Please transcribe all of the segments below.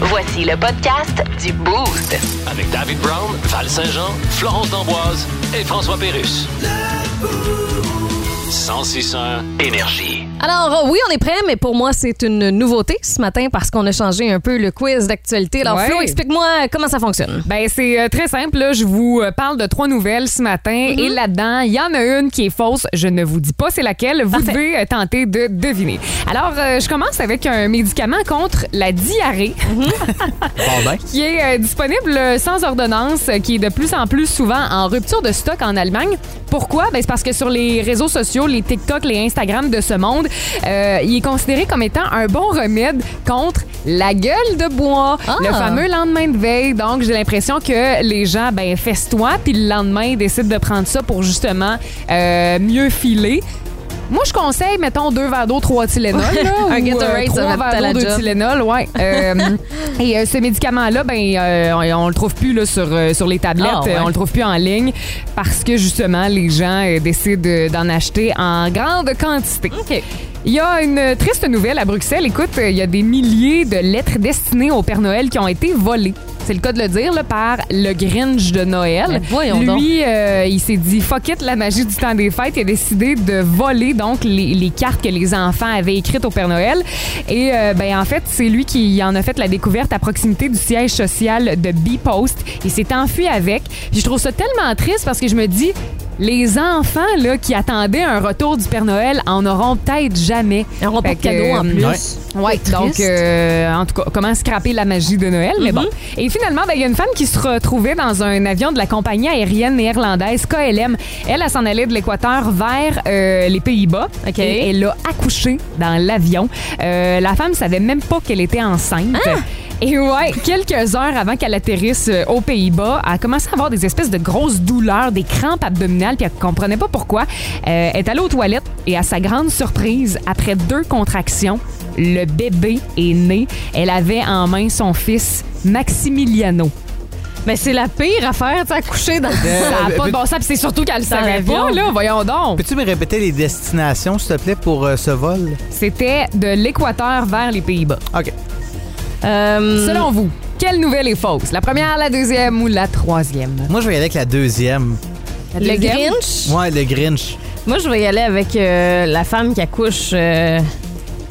Voici le podcast du Boost. Avec David Brown, Val Saint-Jean, Florence D'Amboise et François Pérus. 1061 Énergie. Alors, euh, oui, on est prêt, mais pour moi, c'est une nouveauté ce matin parce qu'on a changé un peu le quiz d'actualité. Alors, Ouais. Flo, explique-moi comment ça fonctionne. Ben c'est euh, très simple. là. Je vous euh, parle de trois nouvelles ce matin et là-dedans, il y en a une qui est fausse. Je ne vous dis pas c'est laquelle. Vous devez euh, tenter de deviner. Alors, euh, je commence avec un médicament contre la diarrhée Bon ben. qui est euh, disponible euh, sans ordonnance, euh, qui est de plus en plus souvent en rupture de stock en Allemagne. Pourquoi? Ben, c'est parce que sur les réseaux sociaux, les TikTok, les Instagram de ce monde, euh, il est considéré comme étant un bon remède contre la gueule de bois, Ah! le fameux lendemain de veille. Donc, j'ai l'impression que les gens ben, festoient, puis le lendemain, ils décident de prendre ça pour justement euh, mieux filer. Moi, je conseille, mettons, deux verres d'eau, trois Tylenol. là, Un ou, euh, Gatorade, ça va trois tout à verres la d'eau, deux job. Tylenol, ouais. Euh, et euh, ce médicament-là, ben, euh, on, on le trouve plus là, sur, euh, sur les tablettes, Ah, ouais. Euh, on le trouve plus en ligne parce que justement, les gens euh, décident euh, d'en acheter en grande quantité. Il y a une triste nouvelle à Bruxelles. Écoute, euh, il y a des milliers de lettres destinées au Père Noël qui ont été volées. C'est le cas de le dire, là, par le Grinch de Noël. Ben, voyons Lui, donc. euh, il s'est dit fuck it, la magie du temps des fêtes. Il a décidé de voler donc les, les cartes que les enfants avaient écrites au Père Noël. Et euh, ben en fait, c'est lui qui en a fait la découverte à proximité du siège social de B-Post. Il s'est enfui avec. Puis je trouve ça tellement triste parce que je me dis. Les enfants là, qui attendaient un retour du Père Noël en auront peut-être jamais. Ils auront pas Fait de cadeau en euh, plus. ouais. Ouais, C'est donc, triste. euh, en tout cas, comment scraper la magie de Noël, Mm-hmm. mais bon. Et finalement, ben, il y a une femme qui se retrouvait dans un avion de la compagnie aérienne néerlandaise KLM. Elle, elle s'en allait de l'Équateur vers euh, les Pays-Bas. OK. Et elle a accouché dans l'avion. Euh, la femme savait même pas qu'elle était enceinte. Ah! Et ouais, quelques heures avant qu'elle atterrisse euh, aux Pays-Bas, elle a commencé à avoir des espèces de grosses douleurs, des crampes abdominales, puis elle comprenait pas pourquoi. Euh, elle est allée aux toilettes et à sa grande surprise, après deux contractions, le bébé est né. Elle avait en main son fils Maximiliano. Mais c'est la pire affaire, tu coucher dans. Ça a Euh, pas de peux- bon sens, puis c'est surtout qu'elle le Dans savait l'avion. pas, là, voyons donc. Peux-tu me répéter les destinations, s'il te plaît, pour euh, ce vol? C'était de l'Équateur vers les Pays-Bas. OK. Euh, Selon vous, quelle nouvelle est fausse? La première, la deuxième ou la troisième? Moi, je vais y aller avec la deuxième. le Grinch. Ouais, le Grinch. Moi, je vais y aller avec euh, la femme qui accouche euh,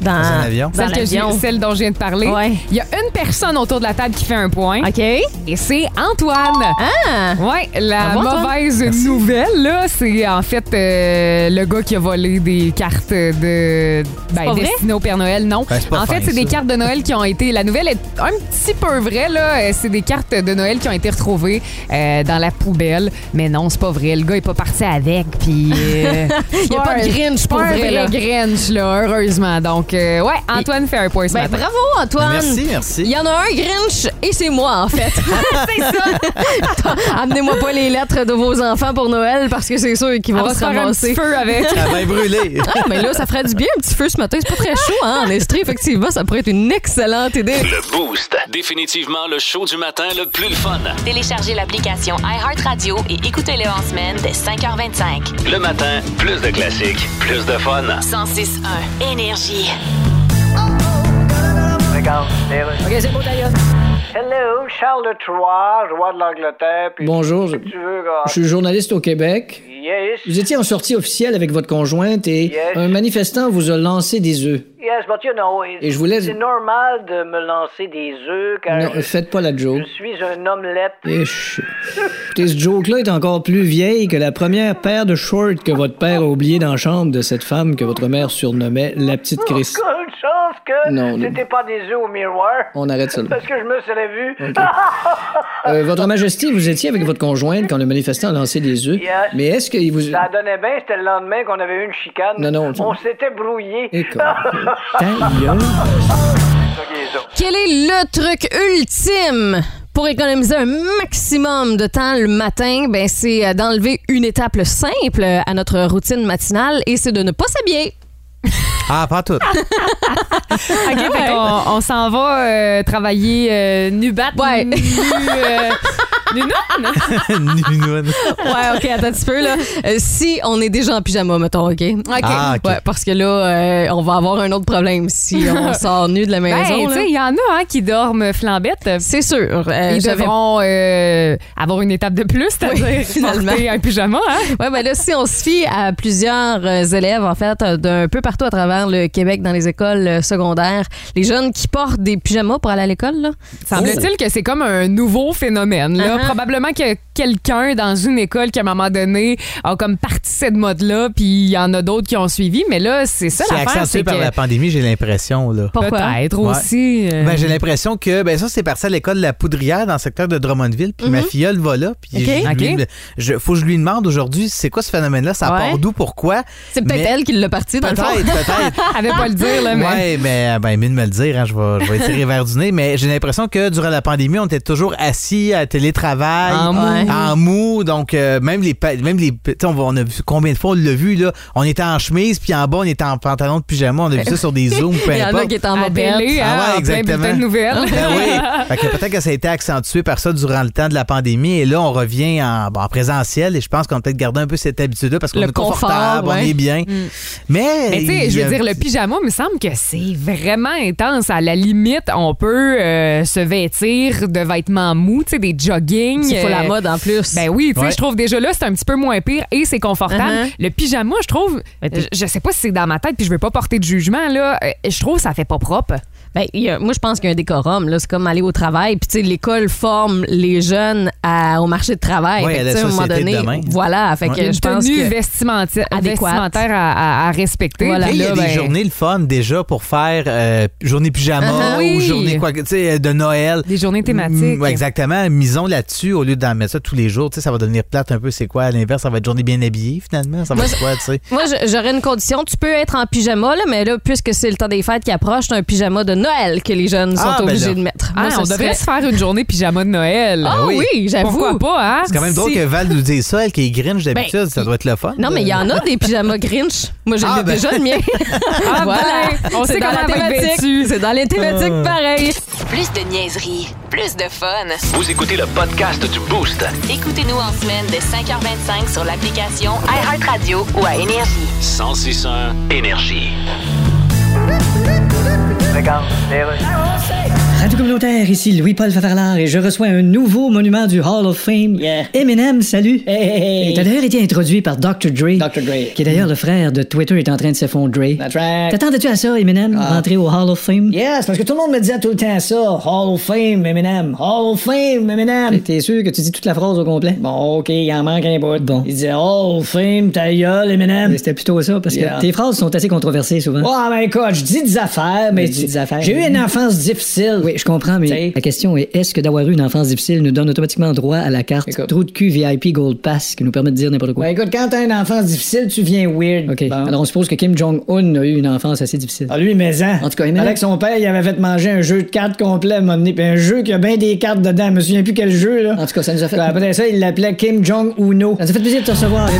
dans, Dans un avion. Dans Celle, que l'avion. j'ai- celle dont je viens de parler. Ouais. Il y a une personne autour de la table qui fait un point. OK. Et c'est Antoine. Ah! Ouais, la Bravo, Antoine. mauvaise nouvelle, là, c'est en fait euh, le gars qui a volé des cartes de ben, pas vrai? destinées au Père Noël, non. Ben, c'est pas en fait, fin, c'est des ça. cartes de Noël qui ont été. La nouvelle est un petit peu vraie, là. Euh, C'est des cartes de Noël qui ont été retrouvées euh, dans la poubelle. Mais non, c'est pas vrai. Le gars est pas parti avec, puis. euh, Il y a pas de Grinch pour vrai, là. Grinch, là, heureusement. Donc, euh, ouais, Antoine fait un point ce Ben, matin. bravo, Antoine. Merci, hein. Il merci. y en a un Grinch et c'est moi, en fait. Ah, c'est ça. Amenez-moi pas les lettres de vos enfants pour Noël parce que c'est sûr qu'ils On vont va se faire un ramasser. petit feu avec. Ça va brûler. Ah, mais là, ça ferait du bien un petit feu ce matin. C'est pas très chaud, hein, en Estrie. Effectivement, ça pourrait être une excellente idée. Le Boost. Définitivement le show du matin le plus le fun. Téléchargez l'application iHeartRadio et écoutez-le en semaine dès 5h25. Le matin, plus de classiques, plus de fun. 106.1 Énergie. Hello, Charles III, roi de l'Angleterre. puis- Bonjour, je, Tu veux, gars? je suis journaliste au Québec. Yes. Vous étiez en sortie officielle avec votre conjointe et Yes. un manifestant vous a lancé des œufs. Yes, but you know. it- Et je voulais- C'est normal de me lancer des œufs car Non, euh, je, faites pas la joke. je suis un omelette. Et je- Écoutez, ce joke-là est encore plus vieille que la première paire de shorts que votre père a oublié dans la chambre de cette femme que votre mère surnommait la petite Oh, Chris. Quelle chance que Non, non. c'était pas des œufs au miroir. On arrête ça. là. Parce que je me serais vu. Ah, Euh, votre Majesté, vous étiez avec votre conjointe quand le manifestant a lancé des œufs. Yes. Mais est-ce qu'il vous... Ça donnait bien, c'était le lendemain qu'on avait eu une chicane. Non, non, On tu- s'était brouillé. Écoute, ta gueule. Quel est le truc ultime pour économiser un maximum de temps le matin? Ben, c'est euh, d'enlever une étape simple à notre routine matinale et c'est de ne pas s'habiller. Ah, pas tout. OK, fait qu'on- on, s'en va euh, travailler euh, nu-batte, Ouais. nu, euh, Nounoun. Ouais, OK, attends un petit peu, là. Euh, si on est déjà en pyjama, mettons, OK? Ah, OK. Ouais, parce que là, euh, on va avoir un autre problème si on sort nu de la Ben, maison. tu là. sais, il y en a hein, qui dorment flambette. c'est sûr. Euh, Ils j'avais- devront euh, avoir une étape de plus, c'est-à-dire finalement. porter un pyjama. Hein? Ouais, ben là, si on se fie à plusieurs euh, élèves, en fait, euh, d'un peu partout à travers le Québec dans les écoles euh, secondaires, les jeunes qui portent des pyjamas pour aller à l'école, là. Semble-t-il que c'est comme un nouveau phénomène. Là. Uh-huh. Probablement que quelqu'un dans une école qui, à un moment donné, a comme parti cette mode-là, puis il y en a d'autres qui ont suivi. Mais là, c'est ça C'est l'affaire. accentué C'est par que la pandémie, j'ai l'impression, là. Pourquoi? peut-être Ouais. aussi... euh, Ben, j'ai l'impression que ben ça c'est parti à l'école de la Poudrière dans le secteur de Drummondville puis ma filleule va là puis Mm-hmm. Ok. je, lui- Ok. je- faut que je lui demande aujourd'hui c'est quoi ce phénomène là ça Ouais. part d'où pourquoi C'est peut-être Mais- elle qui l'a parti, dans le fond. peut-être peut-être avait pas le dire, là, mais... Ouais, mais ben, mieux de me le dire, hein, je vais, je vais tirer vers du nez, mais j'ai l'impression que durant la pandémie, on était toujours assis à télétravail, En mou. en mou, donc euh, même les, pa- même les, tu sais, on, va- on a vu combien de fois on l'a vu là, on était en chemise puis en bas on était en pantalon de pyjama, on a vu ça sur des zooms, peu Il y en a importe. qui est en À mobile. télé, Ah hein, ouais, en plein exactement. bulletin de nouvelles. Ben oui. Fait que peut-être que ça a été accentué par ça durant le temps de la pandémie. Et là, on revient en, bon, en présentiel. Et je pense qu'on a peut-être gardé un peu cette habitude-là parce qu'on Le est confort, confortable, on ouais. est bien. Mais. Mais tu sais, je il y veux a- dire, le pyjama, il me semble que c'est vraiment intense. À la limite, on peut euh, se vêtir de vêtements mous, tu sais, des joggings. C'est pour la euh, mode, en plus. Ben oui, tu sais, Ouais. je trouve déjà là, c'est un petit peu moins pire et c'est confortable. Uh-huh. Le pyjama, je trouve, je, je sais pas si c'est dans ma tête, puis je veux pas porter de jugement, là, euh, je trouve que ça fait pas propre. Ben, il y a- moi, je pense qu'il y a un décorum. là. C'est comme aller au travail. Puis, tu sais, l'école forme les jeunes à- au marché de travail. Ouais, Fait que, à la tu sais, à un moment société de donné, demain. voilà. Fait que Ouais. je pense Tenue que... vestimentaire, Adéquate. vestimentaire à, à- à respecter. Voilà. Puis, il y a Là, des ben, journées le fun déjà pour faire euh, journée pyjama Ah, oui. ou journée quoi que- tu sais, de Noël. Des journées thématiques. Mm, ouais, exactement. Misons là-dessus au lieu d'en mettre ça tous les jours. Tu sais, ça va devenir plate un peu. C'est quoi à l'inverse? Ça va être journée bien habillée finalement. Ça va être quoi, tu sais? Moi, je- j'aurais une condition. Tu peux être en pyjama, là, mais là, puisque c'est le temps des fêtes qui approche, c'est un pyjama de Noël que les jeunes sont Ah, ben obligés là. de mettre. Ah, Moi, ce on devrait serait- se faire une journée pyjama de Noël. Ben Ah oui, j'avoue. Pourquoi pas, hein? C'est quand même drôle Si. que Val nous dise ça, elle qui est gringe d'habitude. Ben, ça doit être le fun. Non, mais il y en a des pyjamas Grinch. Moi, j'ai Ah, ben. déjà le mien. Ah, voilà. ben, on C'est sait dans comment la on va être thématique. vêtus. C'est dans les Ah. thématiques pareilles. Plus de niaiserie, plus de fun. Vous écoutez le podcast du Boost. Écoutez-nous en semaine de 5h25 sur l'application iHeartRadio ou à Énergie. 1061 Énergie. Radio communautaire, ici Louis-Paul Favarlard et je reçois un nouveau monument du Hall of Fame. Eminem, salut. Et T'as d'ailleurs été introduit par Dr. Dre. Qui est d'ailleurs le frère de Twitter est en train de se fondre Dre. T'attendais-tu à ça, Eminem, rentrer au Hall of Fame? Yes, parce que tout le monde me disait tout le temps ça. Hall of Fame, Eminem. Hall of Fame, Eminem. T'es sûr que tu dis toute la phrase au complet? Bon, OK, il en manque un bout. Bon. Il disait Hall of Fame, ta gueule, Eminem. C'était plutôt ça, parce que tes phrases sont assez controversées souvent. Oh, ben écoute, je dis des affaires, mais tu- j'ai eu une enfance difficile. Oui, je comprends, mais la question est est-ce que d'avoir eu une enfance difficile nous donne automatiquement droit à la carte trou de cul VIP Gold Pass qui nous permet de dire n'importe quoi? Ben écoute, quand t'as une enfance difficile, tu viens weird. OK. Alors on suppose que Kim Jong-un a eu une enfance assez difficile. Ah, lui, mais En tout cas, Avec son père, il avait fait manger un jeu de cartes complet, mon puis un jeu qui a bien des cartes dedans. Je me souviens plus quel jeu, là. En tout cas, ça nous a fait. Après ça, il l'appelait Kim Jong-uno. Ça nous a fait plaisir de te recevoir,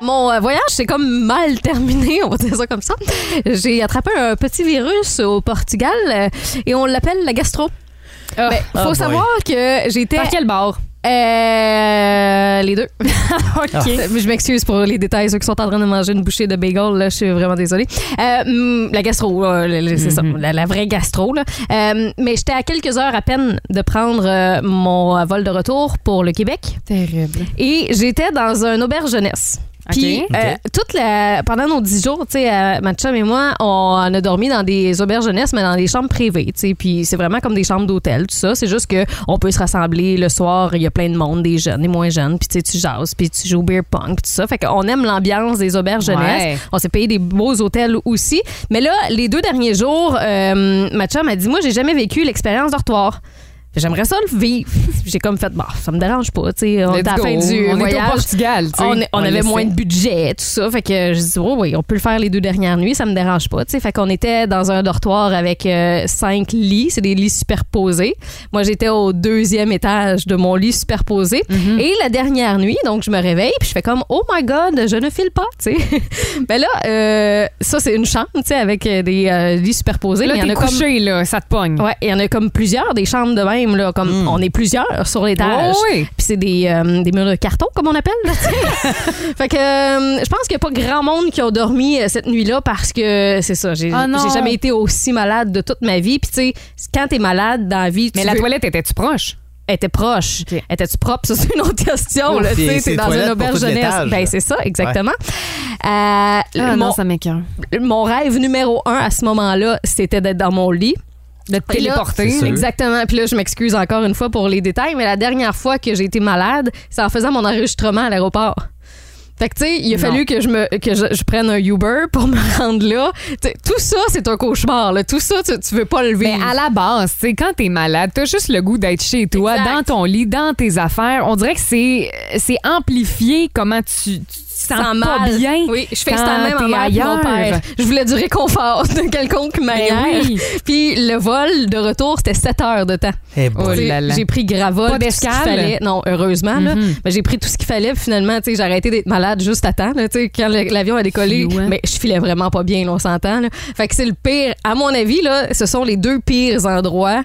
Mon euh, voyage s'est comme mal terminé, on va dire ça comme ça. J'ai attrapé un petit virus au Portugal euh, et on l'appelle la gastro. Ah. Ben, Ah faut boy. savoir que j'étais Par quel bord? euh, les deux. Euh, Je m'excuse pour les détails. Ceux qui sont en train de manger une bouchée de bagel, là, je suis vraiment désolée. Euh, hum, la gastro, là, le- le- c'est ça, Mm-hmm. la, la vraie gastro. Là. Euh, mais j'étais à quelques heures à peine de prendre euh, mon euh, vol de retour pour le Québec Terrible. et j'étais dans un auberge jeunesse. Puis, OK. euh, toute la- pendant nos 10 jours, tu sais, euh, ma chum et moi, on, a dormi dans des auberges jeunesse, mais dans des chambres privées, tu sais. Puis, c'est vraiment comme des chambres d'hôtel, tout ça. C'est juste que on peut se rassembler le soir, il y a plein de monde, des jeunes, des moins jeunes, puis tu sais, tu jases, puis tu joues au beer pong, puis tout ça. Fait qu'on aime l'ambiance des auberges jeunesse. Ouais. On s'est payé des beaux hôtels aussi. Mais là, les deux derniers jours, euh, ma chum a dit Moi, j'ai jamais vécu l'expérience dortoir. J'aimerais ça le vivre. J'ai comme fait, bon, ça me dérange pas, tu sais. On Let's est à la go. fin du on est au voyage. Portugal, tu sais. On, est- on le avait sait. moins de budget, tout ça. Fait que je dis, oh oui, on peut le faire les deux dernières nuits, ça me dérange pas. tu sais. Fait qu'on était dans un dortoir avec euh, cinq lits, c'est des lits superposés. Moi, j'étais au deuxième étage de mon lit superposé. Mm-hmm. Et la dernière nuit, donc je me réveille, puis je fais comme, oh my god, je ne file pas, tu sais. Mais là, euh, ça, c'est une chambre, tu sais, avec euh, des euh, lits superposés. Là, mais il y en t'es a comme- couché, là, ça te pogne. Ouais, il y en a comme plusieurs des chambres de même même, là, comme on est plusieurs sur l'étage. Mm. Oh oui. Puis c'est des, euh, des murs de carton, comme on appelle. là, tu sais. fait que euh, je pense qu'il n'y a pas grand monde qui a dormi euh, cette nuit-là parce que c'est ça, j'ai Ah non. j'ai jamais été aussi malade de toute ma vie. Puis tu sais, quand t'es malade dans la vie, tu Mais la veux- toilette, était-tu proche? était proche. Ok. Étais-tu propre? Ça, c'est une autre question. Oui, là, tu c'est- sais, c'est T'es dans toilette une pour auberge tout jeunesse. l'étage. Ben, c'est ça, exactement. Euh, mon, Ah, m'écoeure. mon rêve numéro un à ce moment-là, c'était d'être dans mon lit. De te Puis là- téléporter. C'est sûr. Exactement. Puis là, je m'excuse encore une fois pour les détails, mais la dernière fois que j'ai été malade, c'est en faisant mon enregistrement à l'aéroport. Fait que, tu sais, il a Non. fallu que je me que je, je prenne un Uber pour me rendre là. Tu sais, tout ça, c'est un cauchemar. Là. Tout ça, tu, tu veux pas le Mais vivre. à la base, tu sais, quand t'es malade, t'as juste le goût d'être chez toi, Exact. dans ton lit, dans tes affaires. On dirait que c'est c'est amplifié comment tu, tu te sens Sans pas mal. bien. Oui, je fais quand ça même t'es à ma mère et mon ailleurs. Ben père. Je voulais du réconfort de quelconque manière. oui. Puis le vol de retour, c'était 7 heures de temps. Eh Oh boy. Tu sais, là là. J'ai pris Gravol, Pas puis tout ce qu'il d'escale? fallait. Non, heureusement. là. Mhm. Mais j'ai pris tout ce qu'il fallait. puis Finalement, tu sais, j'ai arrêté d'être malade juste à temps. là, tu sais, Quand le- l'avion a décollé, Filou, hein? mais je filais vraiment pas bien, là, on s'entend. là. Fait que c'est le pire. À mon avis, là, ce sont les deux pires endroits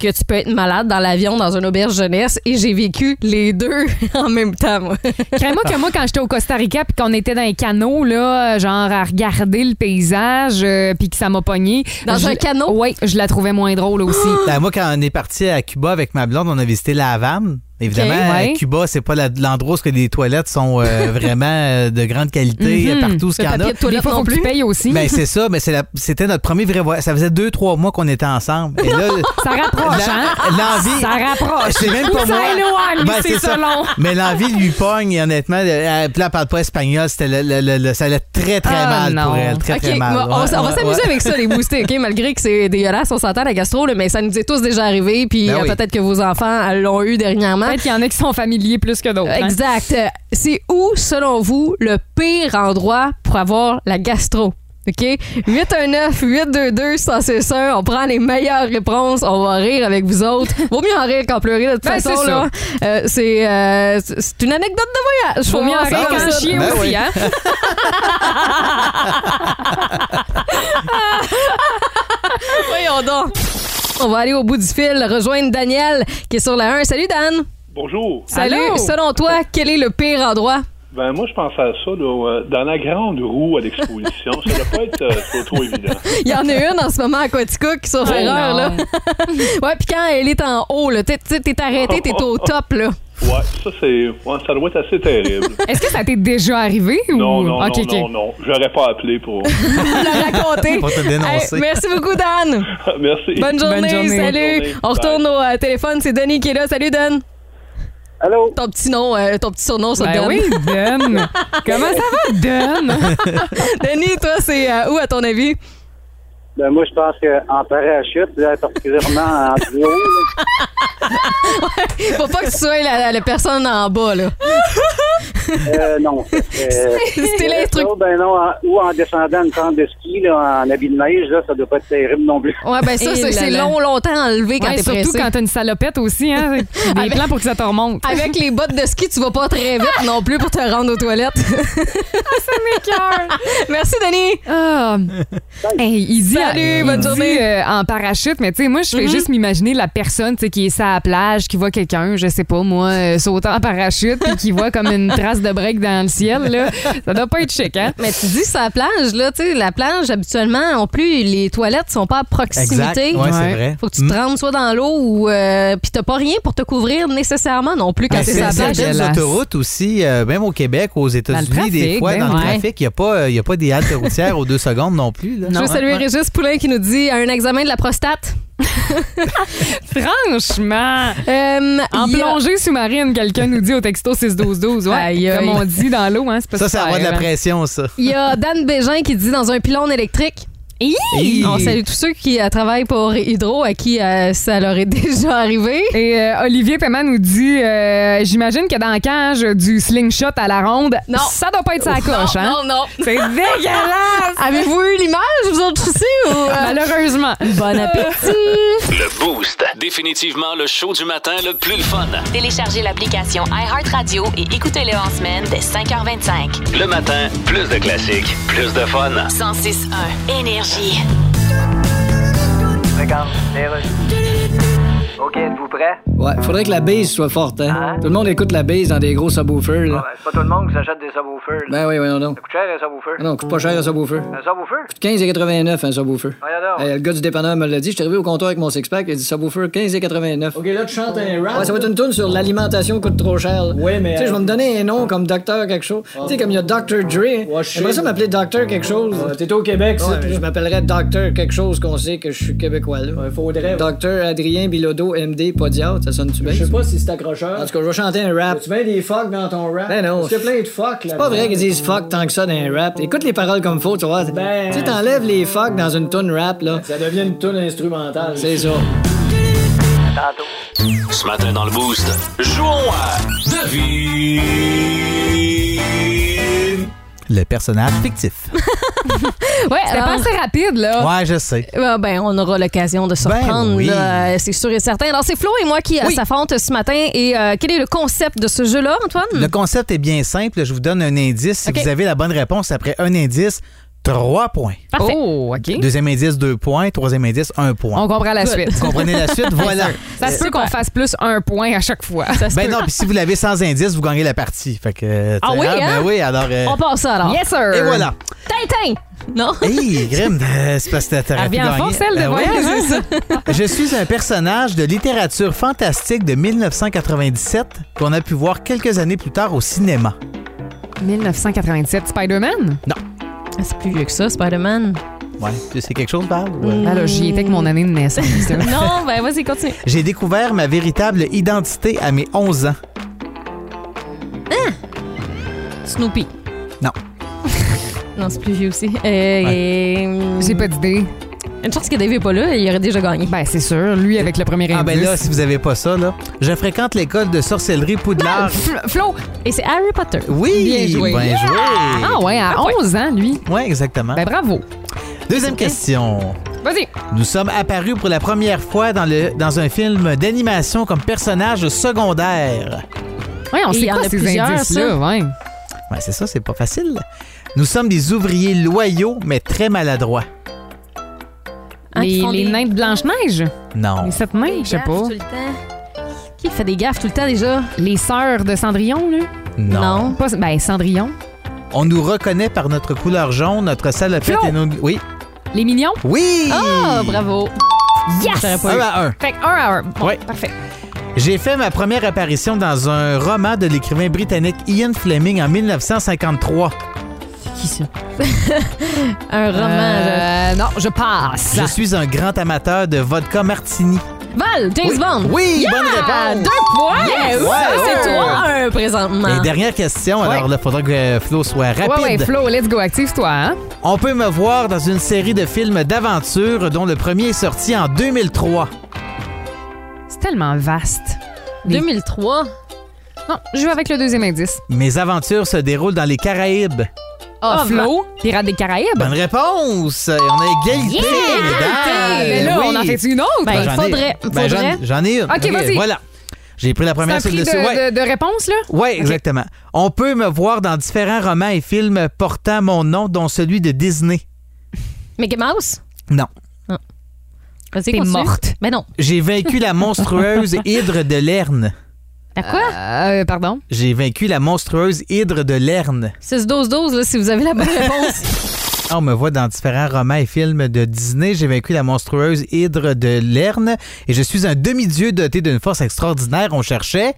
que tu peux être malade dans l'avion, dans une auberge jeunesse. Et j'ai vécu les deux en même temps, moi. Crée-moi que moi, quand j'étais au Costa Rica puis qu'on était dans un canot, là, genre à regarder le paysage, euh, puis que ça m'a pogné. Dans un canot? Oui, je la trouvais moins drôle aussi. Ben, moi, quand on est parti à Cuba avec ma blonde, on a visité la Havane. Évidemment, Ok, ouais. à Cuba, c'est pas la- l'endroit où les toilettes sont euh, vraiment euh, de grande qualité Mhm. partout ce qu'il y en a. papier de Des toilette fois, faut non que tu plus. payes aussi. Ben, c'est ça, mais c'est la- c'était notre premier vrai voyage. Ça faisait deux, trois mois qu'on était ensemble. Et là, Ça rapproche, hein? l'en- l'envie. Ça rapproche. C'est même pas Ou moi. Ça éloigne, Ben, c'est c'est ça. selon. Mais l'envie lui pogne, et honnêtement. euh, euh, Puis là, elle parle pas espagnol. C'était le, le- le- le- ça allait très, très Ah, mal non. pour elle. Très, OK, très on, mal. Ouais, on va ouais, s'amuser ouais. avec ça, les boostés, OK? Malgré que c'est dégueulasse, on s'entend à la gastro, là, mais ça nous est tous déjà arrivé, puis Ben euh, oui. peut-être que vos enfants euh, l'ont eu dernièrement. Peut-être qu'il y en a qui sont familiers plus que d'autres. hein. Exact. Euh, C'est où, selon vous, le pire endroit pour avoir la gastro? OK? 819-822-161, on prend les meilleures réponses, on va rire avec vous autres. Vaut mieux en rire qu'en pleurer, de toute Ben, façon. c'est là. Euh, C'est euh, c'est- c'est une anecdote de voyage. Faut mieux en commencer rire comme qu'en ça. chier Ben aussi, oui. hein? Voyons donc. On va aller au bout du fil, rejoindre Daniel qui est sur la 1. Salut Dan. Bonjour. Salut. Allô? Selon toi, quel est le pire endroit? Ben moi je pensais à ça là, euh, dans la grande roue à l'exposition. ça doit pas être euh, trop, trop évident. Il y en a une en ce moment à Quaticook qui sur Oh erreur là. non. ouais, puis quand elle est en haut là, t'es- t'es t'es arrêté, t'es au top là. Ouais, ça c'est, ouais, ça doit être assez terrible. Est-ce que ça t'est déjà arrivé? Ou... Non, non, Mm. Ok, ok. non, non, non, j'aurais pas appelé pour. Tu l'as raconté. Pour te dénoncer. Hey, merci beaucoup Dan. Merci. Bonne journée, journée. salut. Bonne journée. On retourne au euh, téléphone, c'est Denis qui est là. Salut Dan. Allô? Ton petit nom, euh, ton petit surnom c'est Ben Dan. oui, Don. Comment ça va, Don? Denis, toi c'est euh, où à ton avis Ben, moi, je pense qu'en parachute, là, particulièrement en duo, là, Faut pas que tu sois la, la personne en bas là. euh, non. ça serait- C'était l'instructeur. Ça, ben non, en- ou en descendant une tente de ski, là, en habit de neige, là, ça doit pas être terrible non plus. Ouais, ben ça, Et c'est là c'est là. long, longtemps enlevé quand Ouais, t'es surtout pressé. quand t'as une salopette aussi, hein? Des Avec- plans pour que ça te remonte. Avec les bottes de ski, tu vas pas très vite non plus pour te rendre aux toilettes. Ah, Merci, Denis. Ah. Hey, il dit, Salut, il bonne dit, journée. Mm-hmm. euh, en parachute, mais tu sais, moi, je fais juste m'imaginer la personne tu sais, qui est sur la plage, qui voit quelqu'un, je sais pas, moi, euh, sautant en parachute, puis qui voit comme une trace de break dans le ciel, là. Ça doit pas être chic, hein? Mais tu dis sur la plage, là, tu sais, la plage, habituellement, en plus, les toilettes sont pas à Exact. proximité. Ouais, Ouais. c'est vrai. Mm. Faut que tu te rendes soit dans l'eau ou. Euh, Puis t'as pas rien pour te couvrir nécessairement non plus quand Mais t'es c'est sur la c'est plage. certaines dégueulasse. autoroutes aussi, euh, même au Québec, aux États-Unis, trafic, des fois, ben dans ouais. le trafic, il n'y a, pas, euh, y a pas des haltes routières aux deux secondes non plus. Là. Je veux saluer Ouais. Régis Poulin qui nous dit un examen de la prostate. Franchement! Euh, En il y a- plongée sous-marine, quelqu'un nous dit au texto 6-12-12, ouais, Aïe, aïe. comme on dit dans l'eau, hein, c'est pas Ça, ça avoir de la super, hein. pression, ça. Il y a Dan Bégin qui dit dans un pylône électrique. Hi! On salue tous ceux qui euh, travaillent pour Hydro, à qui euh, ça leur est déjà arrivé. Et euh, Olivier Paiement nous dit euh, J'imagine que dans le cage du slingshot à la ronde, Non. ça doit pas être sa coche, hein? Oh, Non, non. C'est dégueulasse! Avez-vous eu l'image, vous autres aussi? Ou, euh, Malheureusement. bon appétit! Le Boost. Définitivement le show du matin le plus le fun. Téléchargez l'application iHeartRadio et écoutez-le en semaine dès 5h25. Le matin, plus de classiques, plus de fun. 106.1 Énergie. Regarde, les rues. OK, êtes-vous prêts? Ouais, faudrait que la base soit forte, hein. Tout le monde écoute la base dans des gros subwoofers, là. Ben, c'est pas tout le monde qui s'achète des subwoofers. là. Ben oui, voyons donc. Ça coûte cher, un subwoofer. Ah Non, coûte pas cher un subwoofer. Un subwoofer? 15,89 un subwoofer. Voyons donc. Hey, le gars du dépanneur me l'a dit, je suis arrivé au comptoir avec mon six-pack, il dit subwoofer 15,89. Ok, là tu chantes un rap. Ouais, ça va être une tune sur l'alimentation coûte trop cher. Ouais, mais. euh, Tu sais, je vais me donner un nom comme docteur quelque chose. Tu sais, comme il y a Dr. Dre. Ouais, J'aimerais ça m'appeler docteur quelque chose. T'es au Québec, ça. je m'appellerais docteur quelque chose qu'on sait que je suis québécois, là. faudrait. Docteur Adrien Bilodeau, MD, podiatre, ça sonne-tu bien? Je sais pas si c'est accrocheur. En tout cas, je vais chanter un rap. Tu mets des fuck dans ton rap. Ben non. Parce plein de fuck, là. C'est pas vrai qu'ils disent fuck tant que ça dans un rap. Écoute les paroles comme faut, tu vois. Ben. Tu sais, t'enlèves les fuck dans une tune rap, là. Ça devient une tune instrumentale. C'est ça. Ce matin dans le Boost, jouons à Devine. Le personnage fictif. Ouais, c'était pas assez rapide, là. Ouais, je sais. Ah, ben, on aura l'occasion de se Ben reprendre, oui. là, c'est sûr et certain. Alors, c'est Flo et moi qui euh, s'affrontent ce matin. Et euh, quel est le concept de ce jeu-là, Antoine? Le concept est bien simple. Je vous donne un indice. Si OK. vous avez la bonne réponse après un indice, trois points. Parfait. Oh, OK. Deuxième indice, deux points. Troisième indice, un point. On comprend la suite. Vous comprenez la suite? Voilà. Euh, Ça se peut qu'on fasse plus un point à chaque fois. Ben non, puis si vous l'avez sans indice, vous gagnez la partie. Fait que. euh, Ah t'sais, oui, hein? Ben oui, alors. euh, On passe ça, alors. Yes, sir. Et voilà. Tintin! Non? Hey, Grim, euh, c'est parce que t'as- t'aurais Elle pu revient en gagner. force, elle, de Ben oui, voyage. c'est ça. Je suis un personnage de littérature fantastique de 1997 qu'on a pu voir quelques années plus tard au cinéma. 1987, Spider-Man? Ah, C'est plus vieux que ça, Spider-Man. Ouais. C'est quelque chose, Val? ou, euh? Mm. Ben là, j'y étais avec mon année de naissance. Non, ben, vas-y, continue. J'ai découvert ma véritable identité à mes 11 ans. Snoopy. Non. Non, c'est plus vieux aussi. Euh, et, hum, J'ai pas d'idée. Une chance que Dave n'est pas là, il aurait déjà gagné. Ben, c'est sûr. Lui, avec le premier Ah ben là, indice. si vous avez pas ça, là. Je fréquente l'école de sorcellerie Poudlard. Fl- Flo! Et c'est Harry Potter. Oui! Bien joué. Bien joué. Ah ouais, à 11 ans, lui. Ouais, exactement. Ben bravo. Deuxième question. Vas-y. Nous sommes apparus pour la première fois dans, le, dans un film d'animation comme personnage secondaire. Ouais, on Et il sait y en quoi a ces plusieurs, Hein, indices-là, ouais. Ouais, c'est ça, c'est pas facile. Nous sommes des ouvriers loyaux, mais très maladroits. Hein, qui les font les des- nains de Blanche-Neige? Non. Les sept nains, je sais pas. Tout le temps. Qui fait des gaffes tout le temps déjà? Les sœurs de Cendrillon, là? Non. Pas, ben, Cendrillon. On nous reconnaît par notre couleur jaune, notre salopette Flo! et nos... Oui. Les mignons? Oui! Ah, bravo. Yes! Ah bah. Un à un. Fait que un à un. Bon, Ouais. Parfait. J'ai fait ma première apparition dans un roman de l'écrivain britannique Ian Fleming en 1953. Un roman. là. Euh, non, je passe. Euh, Je suis un grand amateur de vodka martini. Val, James Bond. Oui, bonne Ah, réponse. deux points! Yes! Ça, Ouais. c'est toi un présentement. Et dernière question, alors Ouais. là, faudra que euh, Flo soit rapide. Ouais, ouais, Flo, let's go, active-toi. Hein? On peut me voir dans une série de films d'aventure dont le premier est sorti en 2003. C'est tellement vaste. 2003. Non, je joue avec le deuxième indice. Mes aventures se déroulent dans les Caraïbes. Ah, Ah, Flo, Pirates des Caraïbes. Bonne réponse! Et on a égalité, mesdames. Ah, mais là, ben Oui. on en fait une autre? Ben, j'en ai- faudrait- ben, j'en- faudrait. J'en ai une. Ok, vas-y. Voilà. J'ai pris c'est la un première sur prix le de, dessus. Ouais. de- de réponse, là? Oui, exactement. On peut me voir dans différents romans et films portant mon nom, dont celui de Disney. Mickey Mouse? Non. Vas-y, T'es continue. morte. Mais non. J'ai vaincu la monstrueuse hydre de Lerne. À quoi? Euh, pardon. J'ai vaincu la monstrueuse hydre de Lerne. 6-12-12, là, si vous avez la bonne réponse. On me voit dans différents romans et films de Disney. J'ai vaincu la monstrueuse hydre de Lerne et je suis un demi-dieu doté d'une force extraordinaire. On cherchait.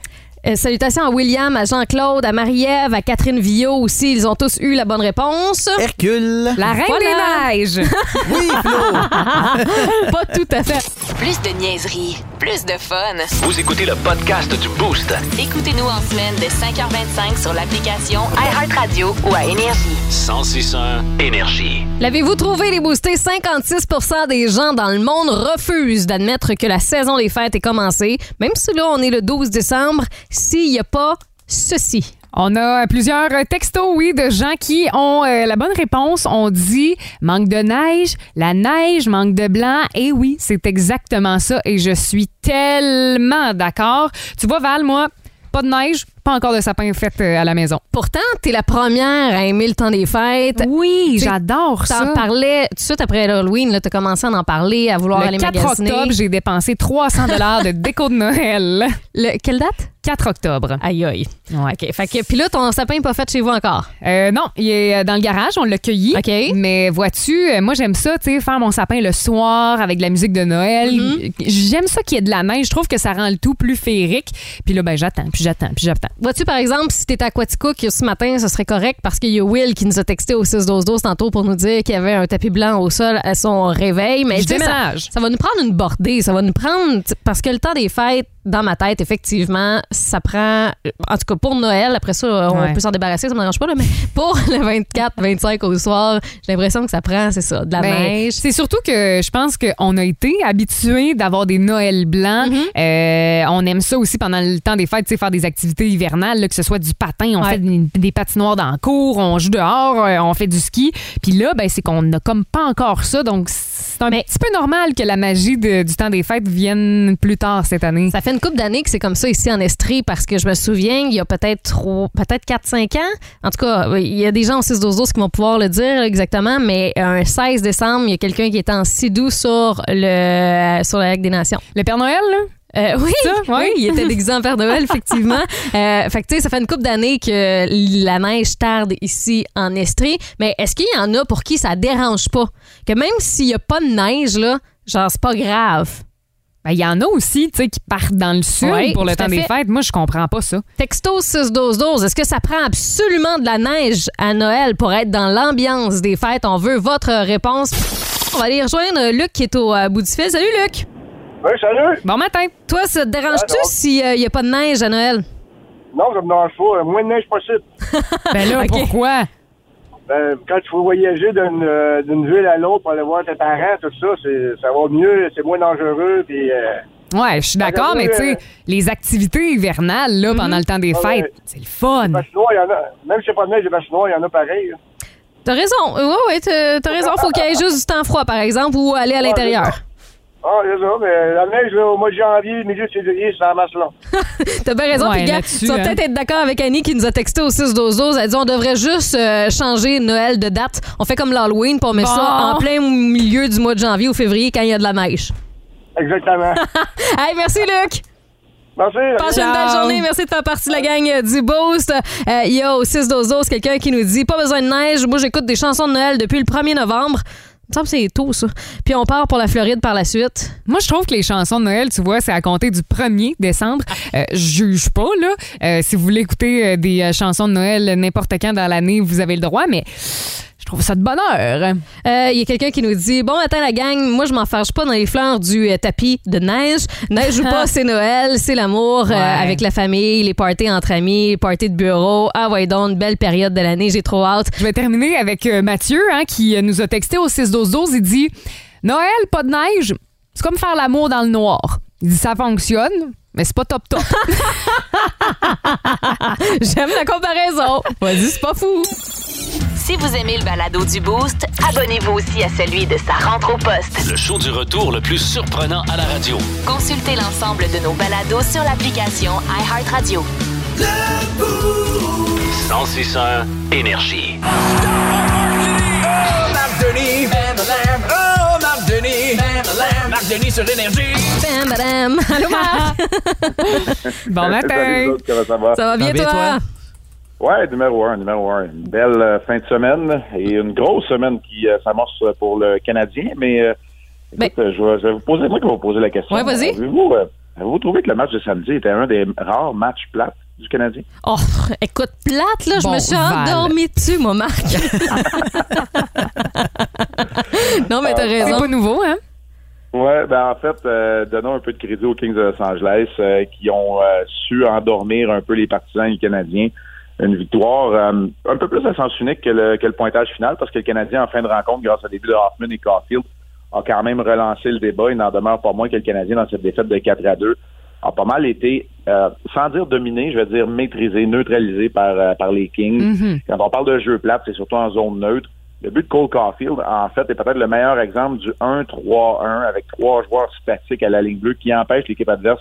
Euh, salutations à William, à Jean-Claude, à Marie-Ève, à Catherine Villot aussi. Ils ont tous eu la bonne réponse. Hercule. La Reine Voilà. des Neiges. Oui, Flo. Pas tout à fait. Plus de niaiserie, plus de fun. Vous écoutez le podcast du Boost. Écoutez-nous en semaine de 5h25 sur l'application iHeartRadio ou à Énergie. 1061 Énergie. L'avez-vous trouvé, les boostés? 56 des gens dans le monde refusent d'admettre que la saison des fêtes est commencée. Même si là, on est le 12 décembre, s'il n'y a pas ceci. On a plusieurs euh, textos, oui, de gens qui ont euh, la bonne réponse. On dit manque de neige, la neige, manque de blanc. Et oui, c'est exactement ça. Et je suis tellement d'accord. Tu vois, Val, moi, pas de neige, Pas encore de sapin fait euh, à la maison. Pourtant, t'es la première à aimer le temps des fêtes. Oui, T'sais, j'adore ça. T'en parlais tout de suite après Halloween, là, t'as commencé à en parler, à vouloir aller le 4 magasiner. octobre, j'ai dépensé 300 dollars de déco de Noël. Le- quelle date? 4 octobre. Aïe aïe. OK. Fait que, puis là, ton sapin n'est pas fait chez vous encore. Euh, non, il est euh, dans le garage, on l'a cueilli. OK. Mais vois-tu, euh, moi j'aime ça, tu sais, faire mon sapin le soir avec de la musique de Noël. Mm-hmm. J'aime ça qu'il y ait de la neige. Je trouve que ça rend le tout plus féerique. Puis là, ben j'attends, puis j'attends, puis j'attends. Vois-tu, par exemple, si t'étais à Quaticook ce matin, ce serait correct parce qu'il y a Will qui nous a texté au 6-12-12 tantôt pour nous dire qu'il y avait un tapis blanc au sol à son réveil. Mais Je Ben, tu sais, ça- déménage. Ça, va nous prendre une bordée. Ça va nous prendre. Parce que le temps des fêtes, dans ma tête, effectivement, ça prend. En tout cas, pour Noël, après ça, on Ouais. peut s'en débarrasser, ça me dérange pas, là, mais pour le 24, 25 au soir, j'ai l'impression que ça prend, c'est ça, de la Ben, neige. C'est surtout que je pense qu'on a été habitués d'avoir des Noëls blancs. Mhm. Euh, on aime ça aussi pendant le temps des fêtes, tu sais, faire des activités hivernales, là, que ce soit du patin, on Ouais. fait des, des patinoires dans le cours, on joue dehors, euh, on fait du ski. Puis là, ben, c'est qu'on n'a comme pas encore ça. Donc, c'est un Mais- petit peu normal que la magie de- du temps des fêtes vienne plus tard cette année. Ça fait une couple d'années que c'est comme ça ici en Estrie parce que je me souviens, il y a peut-être trois, peut-être 4-5 ans. En tout cas, il y a des gens au 6 12 qui vont pouvoir le dire exactement, mais un 16 décembre, il y a quelqu'un qui est en sidou sur le sur la Ligue des Nations. Le Père Noël, là? Euh, oui, Ça, ouais. oui, il était déguisé en Père Noël, effectivement. Euh, fait que, tu sais, ça fait une couple d'années que la neige tarde ici en Estrie. Mais est-ce qu'il y en a pour qui ça dérange pas? Que même s'il n'y a pas de neige, là, genre, c'est pas grave. Ben, Il y en a aussi, tu sais, qui partent dans le sud Ouais, pour le tout à temps des fait. fêtes. Moi, je comprends pas ça. Texto 6-12-12, est-ce que ça prend absolument de la neige à Noël pour être dans l'ambiance des fêtes? On veut votre réponse. On va aller rejoindre Luc qui est au euh, bout du fil. Salut Luc! Oui, salut! Bon matin. Toi, ça te dérange-tu Ah, non. s'il n'y a pas de neige à Noël? Non, ça me dérange pas. Le moins de neige possible. Ben là, pourquoi? Ben, quand il faut voyager d'une euh, d'une ville à l'autre pour aller voir tes parents, tout ça, c'est- ça va mieux, c'est moins dangereux. Puis, euh, Ouais, je suis d'accord, Ah, mais oui, tu sais, euh, les activités hivernales, là, pendant le temps des Ah, ouais. fêtes, c'est le fun. vaches noires, il y en a. Même si c'est pas de neige, les vaches noires, il y en a pareil. là. T'as raison. Oui, oui, t'as t'as raison. Faut qu'il y ait juste du temps froid, par exemple, ou aller à l'intérieur. Ah, c'est ça. Mais la neige, là, au mois de janvier, milieu de février, ça amasse là. T'as bien raison, Ouais, puis gars, là-dessus, tu vas hein. peut-être être d'accord avec Annie qui nous a texté au 6 12 12 Elle dit on devrait juste euh, changer Noël de date. On fait comme l'Halloween, pour on met ça Bon. en plein milieu du mois de janvier ou février quand il y a de la neige. Exactement. Hey, merci Luc. Merci. Passe Ciao. une belle journée. Merci de faire partie de la gang euh, du Boost. Euh, Il y a au 6 12 12 quelqu'un qui nous dit pas besoin de neige. Moi, j'écoute des chansons de Noël depuis le 1er novembre. Il me semble que c'est tôt, ça. Puis on part pour la Floride par la suite. Moi, je trouve que les chansons de Noël, tu vois, c'est à compter du 1er décembre. Euh, je juge pas, là. Euh, si vous voulez écouter euh, des euh, chansons de Noël n'importe quand dans l'année, vous avez le droit, mais je trouve ça de bonne heure. Euh, Il y a quelqu'un qui nous dit Bon matin, la gang. Moi, je m'enfarge pas dans les fleurs du euh, tapis de neige. Neige ou pas, c'est Noël, c'est l'amour euh, Ouais. avec la famille, les parties entre amis, les parties de bureau. Ah, ouais, donc, une belle période de l'année. J'ai trop hâte. Je vais terminer avec euh, Mathieu, hein, qui euh, nous a texté au 6-12-12. Il dit Noël, pas de neige, c'est comme faire l'amour dans le noir. Il dit Ça fonctionne, mais c'est pas top top. J'aime la comparaison. Vas-y, c'est pas fou. Si vous aimez le balado du Boost, abonnez-vous aussi à celui de sa rentre au poste. Le show du retour le plus surprenant à la radio. Consultez l'ensemble de nos balados sur l'application iHeartRadio. 1061 Énergie. Bam, badam. Allô, Marc? bon Salut, matin. les autres, comment ça va? Ça va Ah, bien, bien, toi? toi? Ouais, numéro un, numéro un. Une belle euh, fin de semaine et une grosse semaine qui euh, s'amorce pour le Canadien, mais euh, Ben- écoute, euh, je, vais, je vais vous poser, moi qui vais vous poser la question. Ouais, vas-y. Avez-vous euh, avez-vous trouvé que le match de samedi était un des rares matchs plates du Canadien? Oh, écoute, plate, là, je Bon, me suis Val. endormie dessus, moi, Marc. non, mais t'as C'est raison. pas nouveau, hein? Ouais, ben en fait, euh, donnons un peu de crédit aux Kings de Los Angeles euh, qui ont euh, su endormir un peu les partisans et les Canadiens. Une victoire euh, un peu plus à sens unique que le, que le pointage final parce que le Canadien en fin de rencontre, grâce à début de Hoffman et Caulfield, a quand même relancé le débat. Il n'en demeure pas moins que le Canadien, dans cette défaite de 4 à 2, a pas mal été, euh, sans dire dominé, je vais dire maîtrisé, neutralisé par, euh, par les Kings. Quand on parle de jeu plat, c'est surtout en zone neutre. Le but de Cole Caulfield, en fait, est peut-être le meilleur exemple du 1-3-1 avec trois joueurs statiques à la ligne bleue qui empêchent l'équipe adverse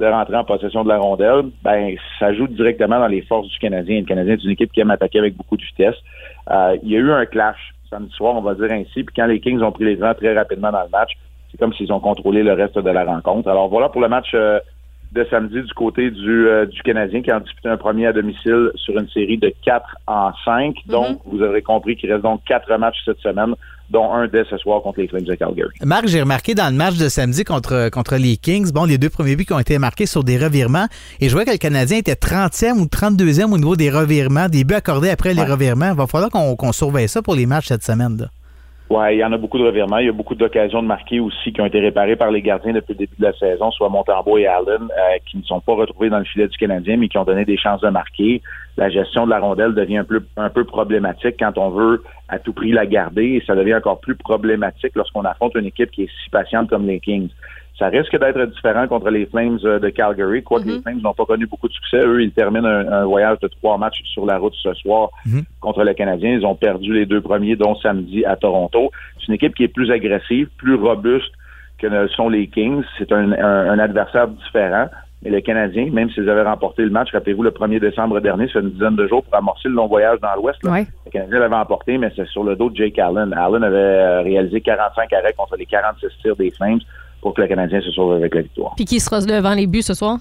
de rentrer en possession de la rondelle, ben ça joue directement dans les forces du Canadien. Le Canadien est une équipe qui aime attaquer avec beaucoup de vitesse. Euh, il y a eu un clash samedi soir, on va dire ainsi, puis quand les Kings ont pris les vents très rapidement dans le match, c'est comme s'ils ont contrôlé le reste de la rencontre. Alors voilà pour le match euh, de samedi du côté du, euh, du Canadien qui a disputé un premier à domicile sur une série de 4 en 5. Donc, vous aurez compris qu'il reste donc quatre matchs cette semaine, dont un dès ce soir contre les Flames de Calgary. Marc, j'ai remarqué dans le match de samedi contre, contre les Kings, bon, les deux premiers buts qui ont été marqués sur des revirements, et je vois que le Canadien était 30e ou 32e au niveau des revirements, des buts accordés après les revirements. Il va falloir qu'on qu'on surveille ça pour les matchs cette semaine. là. Ouais, il y en a beaucoup de revirements. Il y a beaucoup d'occasions de marquer aussi qui ont été réparées par les gardiens depuis le début de la saison, soit Montembeau et Allen, euh, qui ne sont pas retrouvés dans le filet du Canadien, mais qui ont donné des chances de marquer. La gestion de la rondelle devient un peu, un peu problématique quand on veut à tout prix la garder, et ça devient encore plus problématique lorsqu'on affronte une équipe qui est si patiente comme les Kings. Ça risque d'être différent contre les Flames euh, de Calgary, quoique les Flames n'ont pas connu beaucoup de succès. Eux, ils terminent un, un voyage de trois matchs sur la route ce soir contre le Canadien. Ils ont perdu les deux premiers, dont samedi à Toronto. C'est une équipe qui est plus agressive, plus robuste que ne sont les Kings. C'est un, un- un adversaire différent. Mais le Canadien, même s'ils avaient remporté le match, rappelez-vous, le 1er décembre dernier, c'est une dizaine de jours pour amorcer le long voyage dans l'Ouest. là. Le Canadien l'avait emporté, mais c'est sur le dos de Jake Allen. Allen avait euh, réalisé 45 arrêts contre les 46 tirs des Flames pour que le Canadien se sauve avec la victoire. Puis qui sera devant les buts ce soir?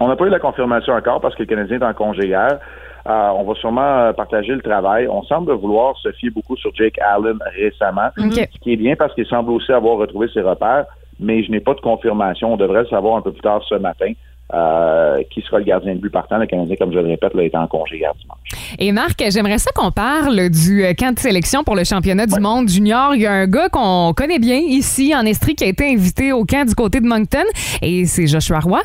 On n'a pas eu la confirmation encore parce que le Canadien est en congé hier. Euh, on va sûrement euh, partager le travail. On semble vouloir se fier beaucoup sur Jake Allen récemment, Mm. Mhm. Ok. ce qui est bien parce qu'il semble aussi avoir retrouvé ses repères, mais je n'ai pas de confirmation. On devrait le savoir un peu plus tard ce matin. euh, qui sera le gardien de but partant. Le Canadien, comme je le répète, là, est en congé hier dimanche. Et Marc, j'aimerais ça qu'on parle du euh, camp de sélection pour le championnat du monde junior. Il y a un gars qu'on connaît bien ici en Estrie qui a été invité au camp du côté de Moncton et c'est Joshua Roy.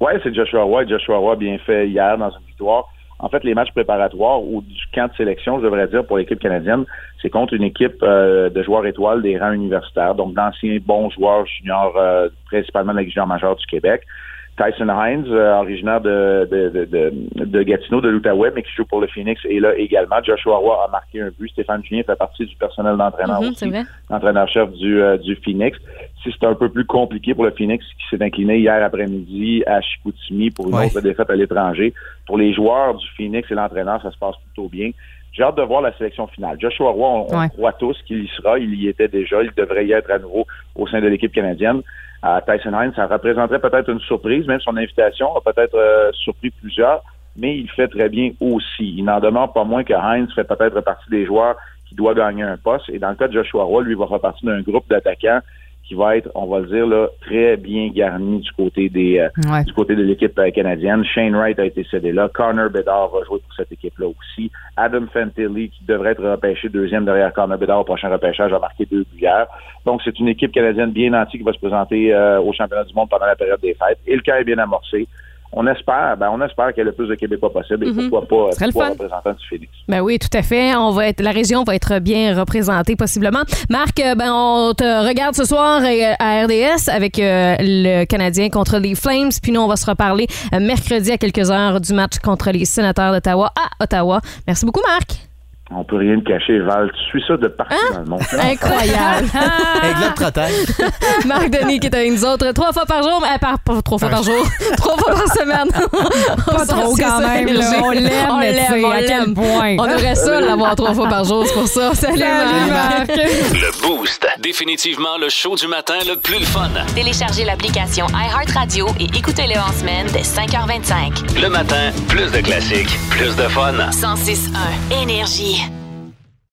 Oui, c'est Joshua Roy. Joshua Roy a bien fait hier dans une victoire. En fait, les matchs préparatoires ou du camp de sélection, je devrais dire, pour l'équipe canadienne, c'est contre une équipe euh, de joueurs étoiles des rangs universitaires, donc d'anciens bons joueurs juniors, euh, principalement de la Ligue junior majeure du Québec. Tyson Hines, euh, originaire de, de, de, de- de Gatineau, de l'Outaouais, mais qui joue pour le Phoenix, est là également. Joshua Roy a marqué un but. Stéphane Julien fait partie du personnel d'entraîneur Mhm, aussi c'est vrai. entraîneur-chef du, euh, du Phoenix. Si c'est un peu plus compliqué pour le Phoenix qui s'est incliné hier après-midi à Chicoutimi pour une Ouais. autre défaite à l'étranger, pour les joueurs du Phoenix et l'entraîneur, ça se passe plutôt bien. J'ai hâte de voir la sélection finale. Joshua Roy, on, on Ouais. croit tous qu'il y sera. Il y était déjà. Il devrait y être à nouveau au sein de l'équipe canadienne. Euh, Tyson Hines, ça représenterait peut-être une surprise. Même son invitation a peut-être euh, surpris plusieurs, mais il fait très bien aussi. Il n'en demande pas moins que Hines fait peut-être partie des joueurs qui doit gagner un poste. Et dans le cas de Joshua Roy, lui, il va faire partie d'un groupe d'attaquants qui va être, on va le dire, là, très bien garni du côté des euh, Ouais. du côté de l'équipe euh, canadienne. Shane Wright a été cédé là. Connor Bedard va jouer pour cette équipe-là aussi. Adam Fantilli, qui devrait être repêché deuxième derrière Connor Bedard au prochain repêchage, a marqué deux buts hier. Donc, c'est une équipe canadienne bien nantie qui va se présenter euh, au championnat du monde pendant la période des fêtes. Et le cas est bien amorcé. On espère, ben, on espère qu'il y ait le plus de Québécois possible et Mhm. pourquoi pas Ce serait le trois fun. représentants du Phoenix. Ben oui, tout à fait. On va être, la région va être bien représentée possiblement. Marc, euh, ben on te regarde ce soir euh, à RDS avec euh, le Canadien contre les Flames. Puis nous, on va se reparler euh, mercredi à quelques heures du match contre les sénateurs d'Ottawa à Ottawa. Merci beaucoup, Marc. On peut rien te cacher, Val. Tu suis ça de partout dans le monde. Hein? Incroyable. Ah! Marc Denis qui est avec nous autres trois fois par jour, euh, par, pas trois fois par jour, trois fois par semaine. Ah. Pas s'en trop suit quand ça, même, l'énergie. là. On l'aime, on mais l'aime, tu sais, on à quel l'aime. point. On devrait ça l'avoir trois fois par jour, c'est pour ça. Salut, Salut, Marc. Le Boost. Définitivement le show du matin le plus le fun. Téléchargez l'application iHeartRadio et écoutez-le en semaine dès 5h25. Le matin, plus de classiques, plus de fun. 106.1 Énergie.